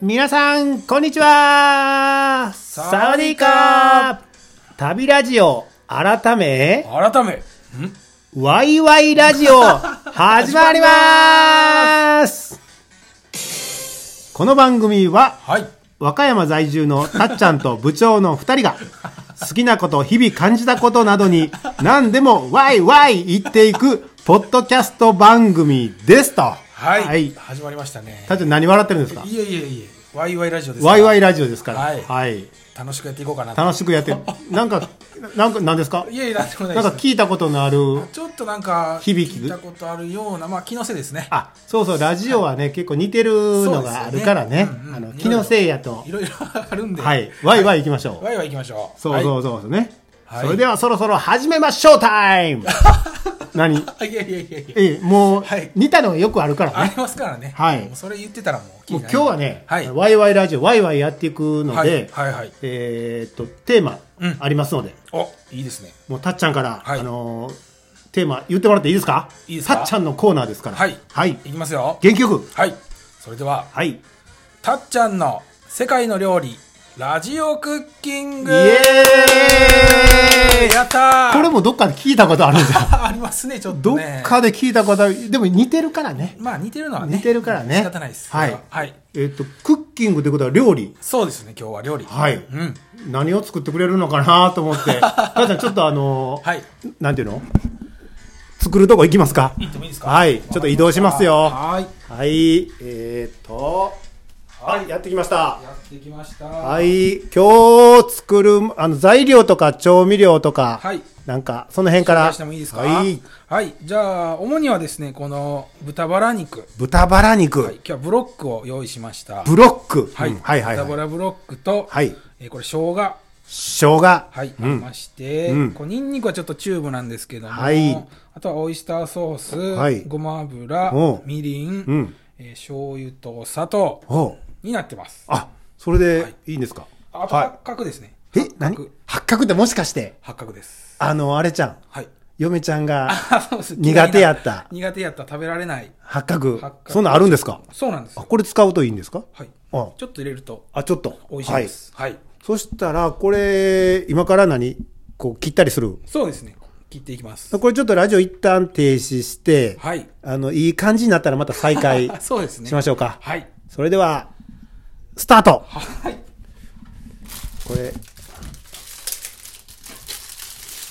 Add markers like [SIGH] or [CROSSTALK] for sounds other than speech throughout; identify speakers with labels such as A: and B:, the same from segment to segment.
A: 皆さん、こんにちはサワディーカー旅ラジオ、改め、
B: 改め、ん
A: ワイワイラジオ、始まりますこの番組は、
B: はい。
A: 和歌山在住のたっちゃんと部長の2人が、好きなこと、日々感じたことなどに、何でもワイワイ言っていく、ポッドキャスト番組ですと。
B: はい。
A: はい。
B: 始まりましたね。
A: たっちゃん何笑ってるんですか
B: いえいえいえ、ワイワイラジオです。
A: ワイワ
B: イ。
A: イラジオですから。
B: はい
A: はい
B: 楽しくやっていこうかなと。
A: 楽しくやって、なんか、なんか、なんですか
B: いえいえ、なんでもない
A: な
B: で
A: んか。
B: す
A: 聞いたことのある、
B: ちょっとなんか、
A: 響き
B: 聞いたことあるような、まあ、気のせいですね。
A: あ、そうそう、ラジオはね、結構似てるのがあるからね
B: そうですよねうんう、ん
A: あの、
B: いろいろ
A: 気のせいやと
B: い、ろいろあるんで。
A: はい、ワイワイ行きましょう。
B: ワイワイ行きましょう。
A: そう
B: は
A: そうそうですね。
B: はい
A: それではそろそろ始めましょうタ
B: [LAUGHS]
A: イム何
B: い。いやいやいやいや。
A: ええ、もう
B: はい、
A: 似たのがよくあるから
B: あ
A: ね
B: り。ますからね。
A: はい
B: もうそれ言ってたらもうキ
A: も
B: リ
A: う今
B: ない、
A: 日はね、
B: はい。
A: ワイワイラジオ、ワイワイやっていくの
B: はい。
A: で、
B: はいはい。
A: えーっと、テーマ
B: うん
A: ありますので、
B: お、いいですね。
A: もうたっちゃんから、あ
B: はい
A: のー、テーマ言ってもらっていいですか
B: いいですか
A: たっちゃんのコーナーですから。
B: はい
A: はい。
B: いきますよ。
A: 元気よく。
B: はい。それでは、
A: はい。イ
B: たっちゃんの世界の料理、ラジオクッキング
A: エーイ
B: やったー
A: これもどっかで聞いたことあるんだよ。
B: [LAUGHS] あありますね、ちょっ
A: [LAUGHS] ど
B: と
A: っ
B: ね。
A: かで聞いたことある。でも似てるからね。
B: まあ似てるのはね。
A: 似てるからね。
B: 仕方ないです。
A: はい
B: それ。はい。
A: えっと、クッキングということは料理。
B: そうですね、今日は料理。
A: はい
B: うん。
A: 何を作ってくれるのかなと思
B: [LAUGHS]
A: って。ただちょっとあのー
B: はい。
A: なんていうの作るとこ行きますか
B: 行ってもいいですか
A: はい。ちょっと移動しますよ。
B: はい。
A: はい。えっと、はい、やってきました。
B: やってきました。
A: はい、今日作るあの材料とか調味料とか、
B: はい
A: なんかその辺から
B: 出してもいいですか
A: はい、
B: はい。じゃあ、主にはですね、この豚バラ肉。
A: 豚バラ肉、
B: はい。今日はブロックを用意しました。
A: ブロック、
B: はい。
A: うんはいはい
B: 豚バ
A: はい
B: ラブロックと、
A: はい
B: えーこれ、生姜。
A: 生姜、は
B: はい、
A: う
B: あり
A: ん
B: まして、
A: うん
B: こうニンニクはちょっとチューブなんですけども、
A: はい
B: あとはオイスターソース、
A: はい
B: ごま油
A: おう、
B: みりん、
A: うん
B: えー醤油と砂糖
A: おう
B: になってます。
A: あそれ
B: は
A: で
B: い
A: いいんですか、
B: あと
A: は
B: 八角ですね。
A: い、え何
B: 角
A: 八角ってもしかして
B: 八角です。
A: あのあれちゃん
B: はい。
A: 嫁ちゃんが
B: あそうです
A: 苦手やった
B: 嫌いな苦手やった。食べられない。
A: 八角
B: 八角
A: そんなんあるんですか
B: そうなんです
A: あ
B: よ。
A: これ使うといいんですか
B: はい。
A: あ
B: ちょっと入れると
A: あちょっと
B: 美味しいです。はい。
A: はい、そしたらこれ今から何こう切ったりする
B: そうですね。切っていきます。
A: これちょっとラジオ一旦停止して、
B: はい。
A: あの、いい感じになったらまた再開
B: [LAUGHS] そうですね。
A: しましょうか。
B: はい。
A: それでは、スタート
B: はい。
A: これ、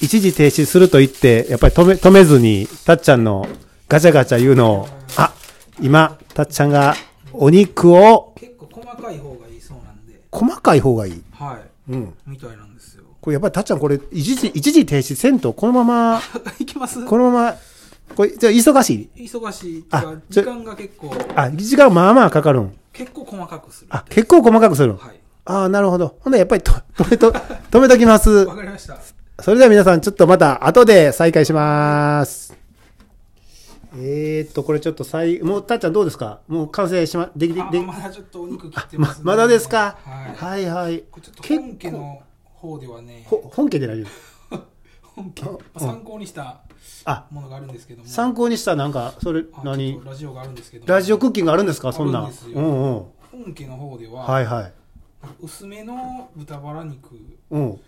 A: 一時停止すると言って、やっぱり止め、止めずに、たっちゃんのガチャガチャ言うのを、あ、今、たっちゃんがお肉を
B: 結構細かい方がいいそうなんで、
A: 細かい方がいい。
B: はい。
A: うん。
B: みたいなんですよ。
A: これやっぱりたっちゃんこれ、一時、一時停止せんと、このまま、
B: [LAUGHS] いきます
A: このまま、これ、じゃあ忙しい
B: 忙しいっていうか
A: あちょ
B: 時間が結構
A: あ、時間まあまあかかるん。
B: 結構細かくする
A: あ、結構細かくする。
B: はい
A: ああ、なるほど。ほんで、やっぱりと、止めと、 [LAUGHS] 止めときます
B: わ。かりました
A: それでは皆さん、ちょっとまた後で再開します。えーっと、これちょっと再、もう、たっちゃんどうですかもう完成しま、でき、で、
B: あ
A: で
B: まだちょっとお肉切ってま、
A: ます
B: ね
A: まだですか、
B: は
A: は
B: い、
A: い、はいはい
B: これちょっと
A: 結構
B: 本家の方ではね
A: ほ本家で大丈夫。
B: 本家、まあ、参考にした
A: あ、
B: ものがあるんですけども
A: 参考にしたなんか、それ、
B: あちょ
A: 何
B: っとラジオがあるんですけども
A: ラジオクッキングあるんですかそんな
B: ある
A: ん
B: んです。よ
A: うんうん。
B: 本家の方では、
A: はいはい。
B: 薄めの豚バラ肉
A: うん。
B: を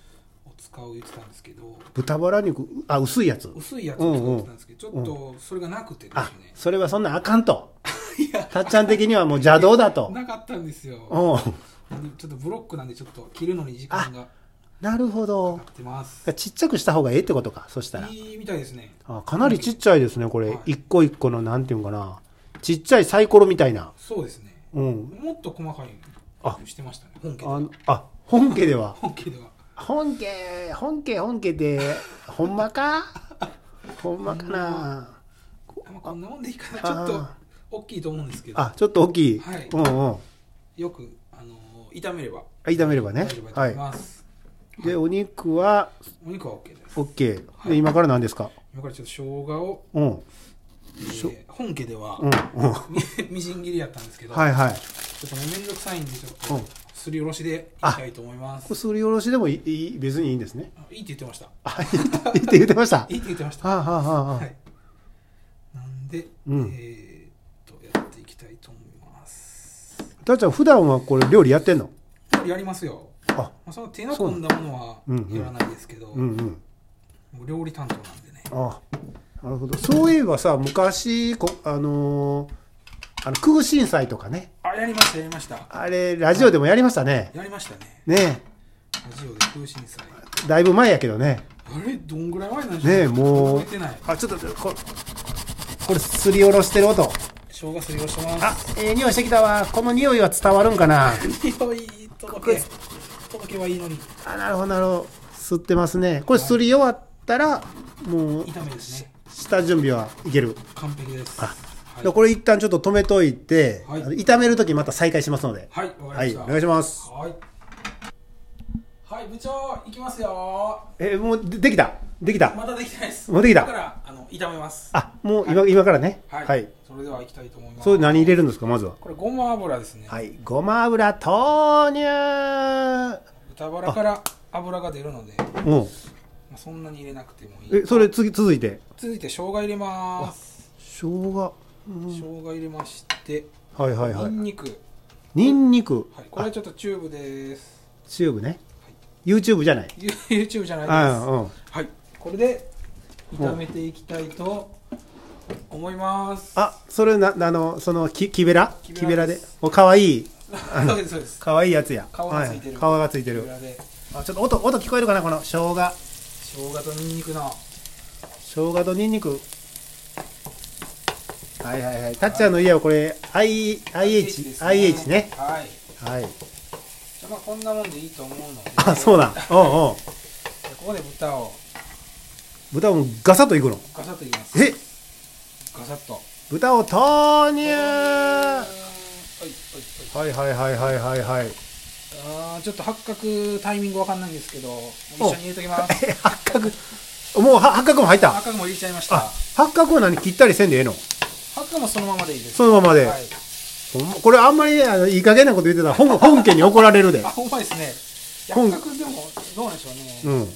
B: 使う言ってたんですけど
A: 豚バラ肉、あ、薄いやつ。
B: 薄いやつを使ってたんですけど、ちょっとそれがなくてで
A: あ
B: す、ね、
A: それはそんなんあかんと。
B: [LAUGHS] いや
A: たっちゃん的にはもう邪道だと。
B: なかったんですよ
A: うん。
B: なんでちょっとブロックなんでちょっと切るのに時間が
A: なるほど
B: か。かってます
A: ちっちゃくした方がええってことか、そしたら。
B: いいみたいですね
A: あかなりちっちゃいですね、こ
B: は
A: れ
B: い。
A: 一個一個の、なんていうんかな。ちっちゃいサイコロみたいな。
B: そうですね
A: うん。
B: もっと細かい
A: あ
B: のしてましたね本家で
A: あ
B: は
A: のあ、本家では。
B: 本家では
A: 本家、本家、本家で、ほんま [LAUGHS] かほんまかな。
B: あんまこんなもんでいいかなちょ
A: あ
B: っと大きいと思うんですけど
A: あ、ちょっと大きい。
B: はい
A: うんうん。
B: よくあのー炒めれば
A: 炒めればね
B: 大丈夫。だと
A: は
B: 思い
A: い。
B: ます
A: で、お肉は、
B: お肉は OK です
A: OK。
B: は
A: で、
B: い
A: 今から何ですか
B: 今からちょっと生姜を、
A: うん。うん。
B: えー本家では
A: うん。は
B: [LAUGHS] みじん切りやったんですけど、
A: いはい。
B: ちょっともうめんどくさいんでちょっ
A: うん
B: とすりおろしでいきたいと思います
A: こすりおろしでもいいいい、別にいいんですね。
B: あいいって言ってました
A: あ、いいっていいって言ってました。
B: いいって言ってました
A: はあ、はあはあは
B: は
A: あ
B: い、なんで、
A: うん
B: えーっとやっていきたいと思います。
A: たたっちゃん、普段はこれ料理やってんの
B: 料理やりますよ。
A: あ、
B: まあ、その手の込んだものは
A: そうなんうんうん
B: やらないですけど、
A: うんうん。
B: もう料理担当なんでね。
A: あ、なるほど。そういえばさ、昔、こあのーあの、空軍震災とかね。
B: あ、やりました、やりました。
A: あれ、ラジオでもやりましたね。
B: やりましたね。
A: ね
B: ラジオで空心祭。
A: えだいぶ前やけどね。
B: あれ、どんぐらい前なんでしょ
A: ねえ、もう
B: 覚えてない。。
A: あ、ちょっと、ここれ、すりおろしてる音。
B: 生姜すりをしてま
A: あ、ええ匂いしてきたわ。この匂いは伝わるんかな。
B: す。匂い届け、届けはいいのに。
A: あ、なるほど、なるほど。吸ってますね。これ、すり終わったら、もう、
B: 炒めですね。
A: 下準備はいける。
B: 完璧です。
A: あ
B: はい、
A: これ一旦ちょっと止めといて、
B: はい
A: あの炒めるときまた再開しますので。
B: はい、わか
A: は
B: り
A: い、
B: ま
A: お
B: した。
A: 願いします。
B: はい。はい、部長、いきますよ。
A: え、もうでできたできた
B: まだできてないです。
A: もうできた
B: だから、あの、炒めます。
A: あ、もう今,、今からね。はい。
B: それでは、いきたいと思います。
A: それ何入れるんですか、まずは。
B: これ、ごま油ですね。
A: はい、ごま油投入
B: 豚バラから油が出るので、ま
A: うん。
B: あ、そんなに入れなくてもいい
A: え、それ次、続いて。
B: 続いて生姜入れます
A: 生姜。
B: 生姜入れまして
A: はいはいは
B: に
A: い。
B: んにく、
A: ニンニク。
B: はい、これはちょっとチューブです
A: チューブね。YouTube じゃない。
B: ユ YouTube じゃないで
A: あうん。
B: すはいこれで炒めていきたいと思います
A: あ、それな、あの、その、き、木べら
B: 木べら
A: 木べら
B: で
A: で。
B: す
A: お、かわいい。
B: [LAUGHS] そうですそうです
A: かわいいやつや。
B: 皮がついてる
A: は皮がついて
B: こ
A: る
B: ち。らで
A: あちょっと音音聞こえるかなこの生姜
B: 生姜とにんにくの
A: 生姜とニンニクはいはいはいたっちゃんの家はこれ IH
B: です
A: IH ね
B: はい
A: はい
B: じゃあまあこんなもんでいいと思うので
A: あそうなんうんうん
B: でここで豚を
A: 豚をガサッといくの
B: ガサッといきます
A: え
B: ガサッと
A: 豚を投入は
B: はいはいはい
A: いはいはいはいはいはい
B: あーちょっと発覚タイミングわかんないんですけど一緒に入れときます
A: え八角もうは八角も入った
B: 発覚も入れちゃいました
A: あ八角は何切ったりせんでええの
B: 発覚もそのままでいいです
A: そのままで、
B: はい、
A: ほんまこれあんまりあのいい加減なこと言ってたら本本家に怒られるで
B: あほんまですね
A: 今
B: 発覚でもどうなんでしょうね、
A: うん
B: い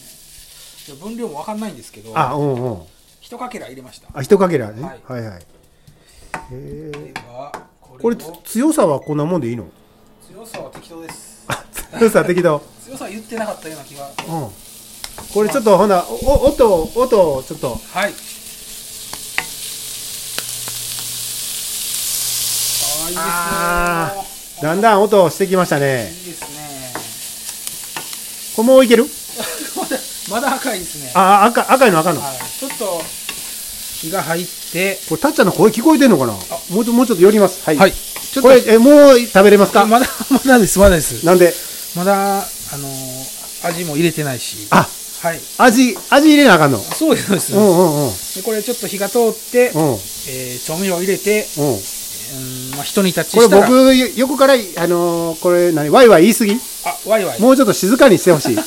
B: や分量もわかんないんですけど
A: あうんうん
B: 一かけら入れました
A: あ、一かけらね。
B: はい
A: はいはい。へえ。
B: ではこれ
A: これ、
B: を
A: つ強さはこんなもんでいいの
B: 強さは適当です
A: あ、強さ適当。
B: 強さは言ってなかったような気が
A: うん。これちょっとほな、お、音を、音をちょっと。
B: はいああいいですね
A: だんだん音をしてきましたね。
B: いいです
A: これもういける
B: ねまだまだ赤いですね
A: あ、あ赤、赤いの赤いの。
B: はい、ちょっと火が入って、
A: これ、たっちゃんの声聞こえてんのかなもうちょ、もうちょっと寄ります。はい。
B: はい
A: ちょっとこれ、え、もう食べれますか
B: まだ、まだです、まだです。
A: なんで、
B: まだ、あのー味も入れてないし。
A: あ、
B: はい。
A: 味、味入れなあかんの。
B: そうです、そうです
A: うんうんうん。
B: で、これちょっと火が通って、
A: うん。うん。
B: えー調味料入れて、うん、まあ、一煮立ち
A: これ
B: したら、
A: 僕、よ横から、あのーこれ何、ワイワイ言い過ぎ
B: あ、ワイワイ。
A: もうちょっと静かにしてほしい。ど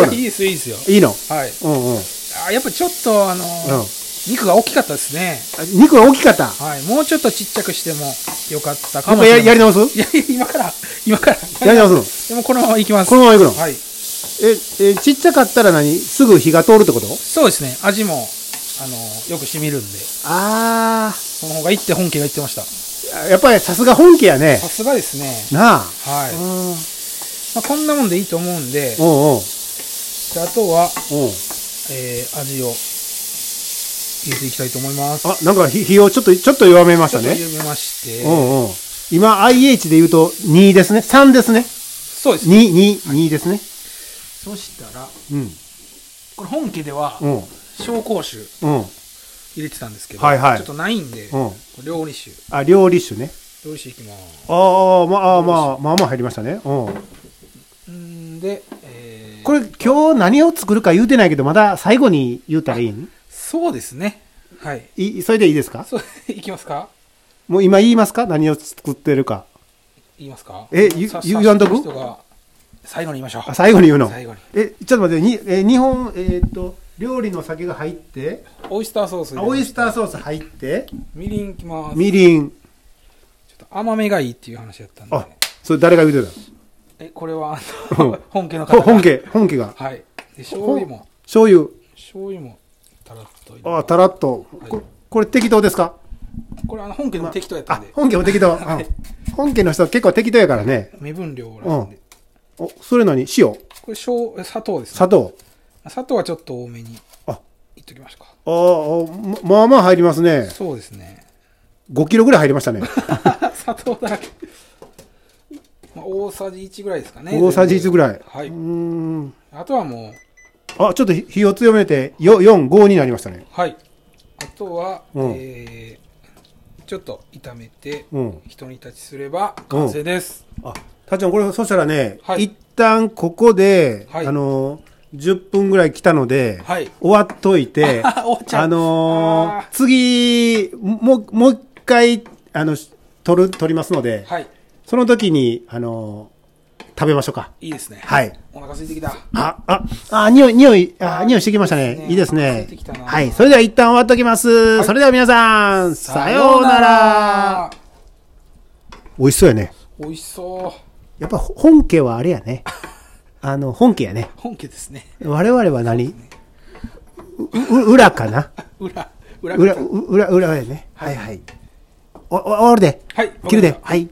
A: うなの
B: [LAUGHS] いやいいですよ、いいですよ。
A: いいの
B: はい。
A: うんうん。
B: あやっぱちょっと、あのー
A: うん
B: 肉が大きかったですね。
A: あ肉が大きかった。
B: はい。もうちょっとちっちゃくしてもよかったか
A: なん
B: も
A: か
B: しれ
A: や
B: ない。
A: やり直す
B: いやいや、今から、今から。
A: やり直す
B: でもこのままいきます。
A: このままいくの
B: はい。
A: のえ、え、ちっちゃかったら何すぐ火が通るってこと
B: そうですね。味も、あの、よく染みるんで、
A: あ
B: その方がいいって本家が言ってました。
A: ー。やっぱりさすが本家やね
B: さ。すがですね。
A: なあ。
B: はい。ま
A: うん
B: あ、こんなもんでいいと思うんで、
A: おうおう
B: であとは、
A: おう
B: えー、味を入れていきたいと思います。
A: あ、なんか火火をちょっと、ちょっと弱めまし
B: ちょ
A: た
B: っと
A: ね。
B: 緩めまして、
A: おうおう今 IH で言うと2ですね。3ですね。
B: そうですね。
A: 2、2、2ですね。
B: そしたら、
A: うん。
B: これ本家では、
A: うん。
B: 紹興酒
A: うん。
B: 入れてたんですけど、
A: はいはい
B: ちょっとないんで、
A: うん
B: これ料理酒、
A: あ、料理酒ね。
B: 料理酒いきます。
A: あーあー、まあ、あーまあ、まあまあ入りましたね。うん。
B: んで、えー、
A: これ今日何を作るか言うてないけど、まだ最後に言うたらいいん
B: そうですね。はい。
A: いそれでいいですか
B: そう、いきますか
A: もう今言いますか何を作ってるか。
B: 言いますか
A: えゆ
B: さ
A: ゆ言わんとく
B: さ人が最後に言いましょう
A: あ、最後に言うの。
B: 最後に
A: え、ちょっと待って、にえー日本、えーっと、料理の酒が入って、
B: オイスターソース
A: あオイスター
B: ー
A: ソース入って、
B: みりんいきますちょ
A: みりん。
B: っと甘めがいいっていう話だったんで
A: あ、それ誰が言うて
B: えこれはあ
A: うん
B: の本家の
A: たの
B: 方
A: ほ本家、本家が。
B: はいで醤油も
A: 醤油。
B: 醤油もたらっと入れ
A: あ、たらっと。
B: はい
A: これ、これ適当ですか
B: これあの本家の適当やったんで、
A: あ、
B: [LAUGHS]
A: 本家も適当。うん本家の人は結構適当やからね。
B: 目分量
A: う
B: なん
A: ん
B: で。。
A: お、それのに塩、
B: これ、醤砂糖ですね。
A: 砂糖。
B: 砂糖はちょっと多めに
A: あ、
B: いっときましょうか。
A: あーあ、ままあまあ入りますね。
B: そうで
A: [LAUGHS]
B: すね。
A: 5キロぐらい入りました
B: [LAUGHS]
A: ね。
B: 砂糖だらけ。まあ、大さじ1ぐらいですかね。
A: 大さじ1ぐ
B: らい。
A: らい。
B: はいう
A: ー。ん。
B: あとはもう、
A: あ、ちょっと火を強めて、よ4、5になりましたね。
B: はい。あとは、
A: うん
B: えー、ちょっと炒めて、
A: うん。
B: 一煮立ちすれば完成です。
A: あ、たっちゃん、これ、そしたらね、
B: はい
A: 一旦ここで、
B: はい
A: あのー、10分ぐらい来たので、
B: はい
A: 終わっといて、
B: あ [LAUGHS] 終わっちゃう
A: あのー
B: あー
A: 次、もう、もう一回、あの、し取る、取りますので、
B: はい。
A: その時に、あのー食べましょうか。
B: いいですね。
A: はい。
B: お腹空いてきた。
A: あ、あ、あ、匂い、匂い、あ、
B: あー
A: 匂いしてきましたね。い
B: い
A: い
B: い
A: で
B: ですすね
A: ね
B: ついてきた。な
A: はい。それでは一旦終わっときます。それでは皆さん、さようなら。。美味しそうやね。
B: 美味しそ
A: やっぱ本家はあれや
B: [LAUGHS]
A: ね。あの、本家やね。
B: う。本家ですね。
A: 我々は何うう裏かな
B: 裏、裏。
A: 裏、う裏、裏やね。はいはい。お、お終わるで。
B: はい
A: 切る
B: わ
A: で
B: かりまし。た
A: はい。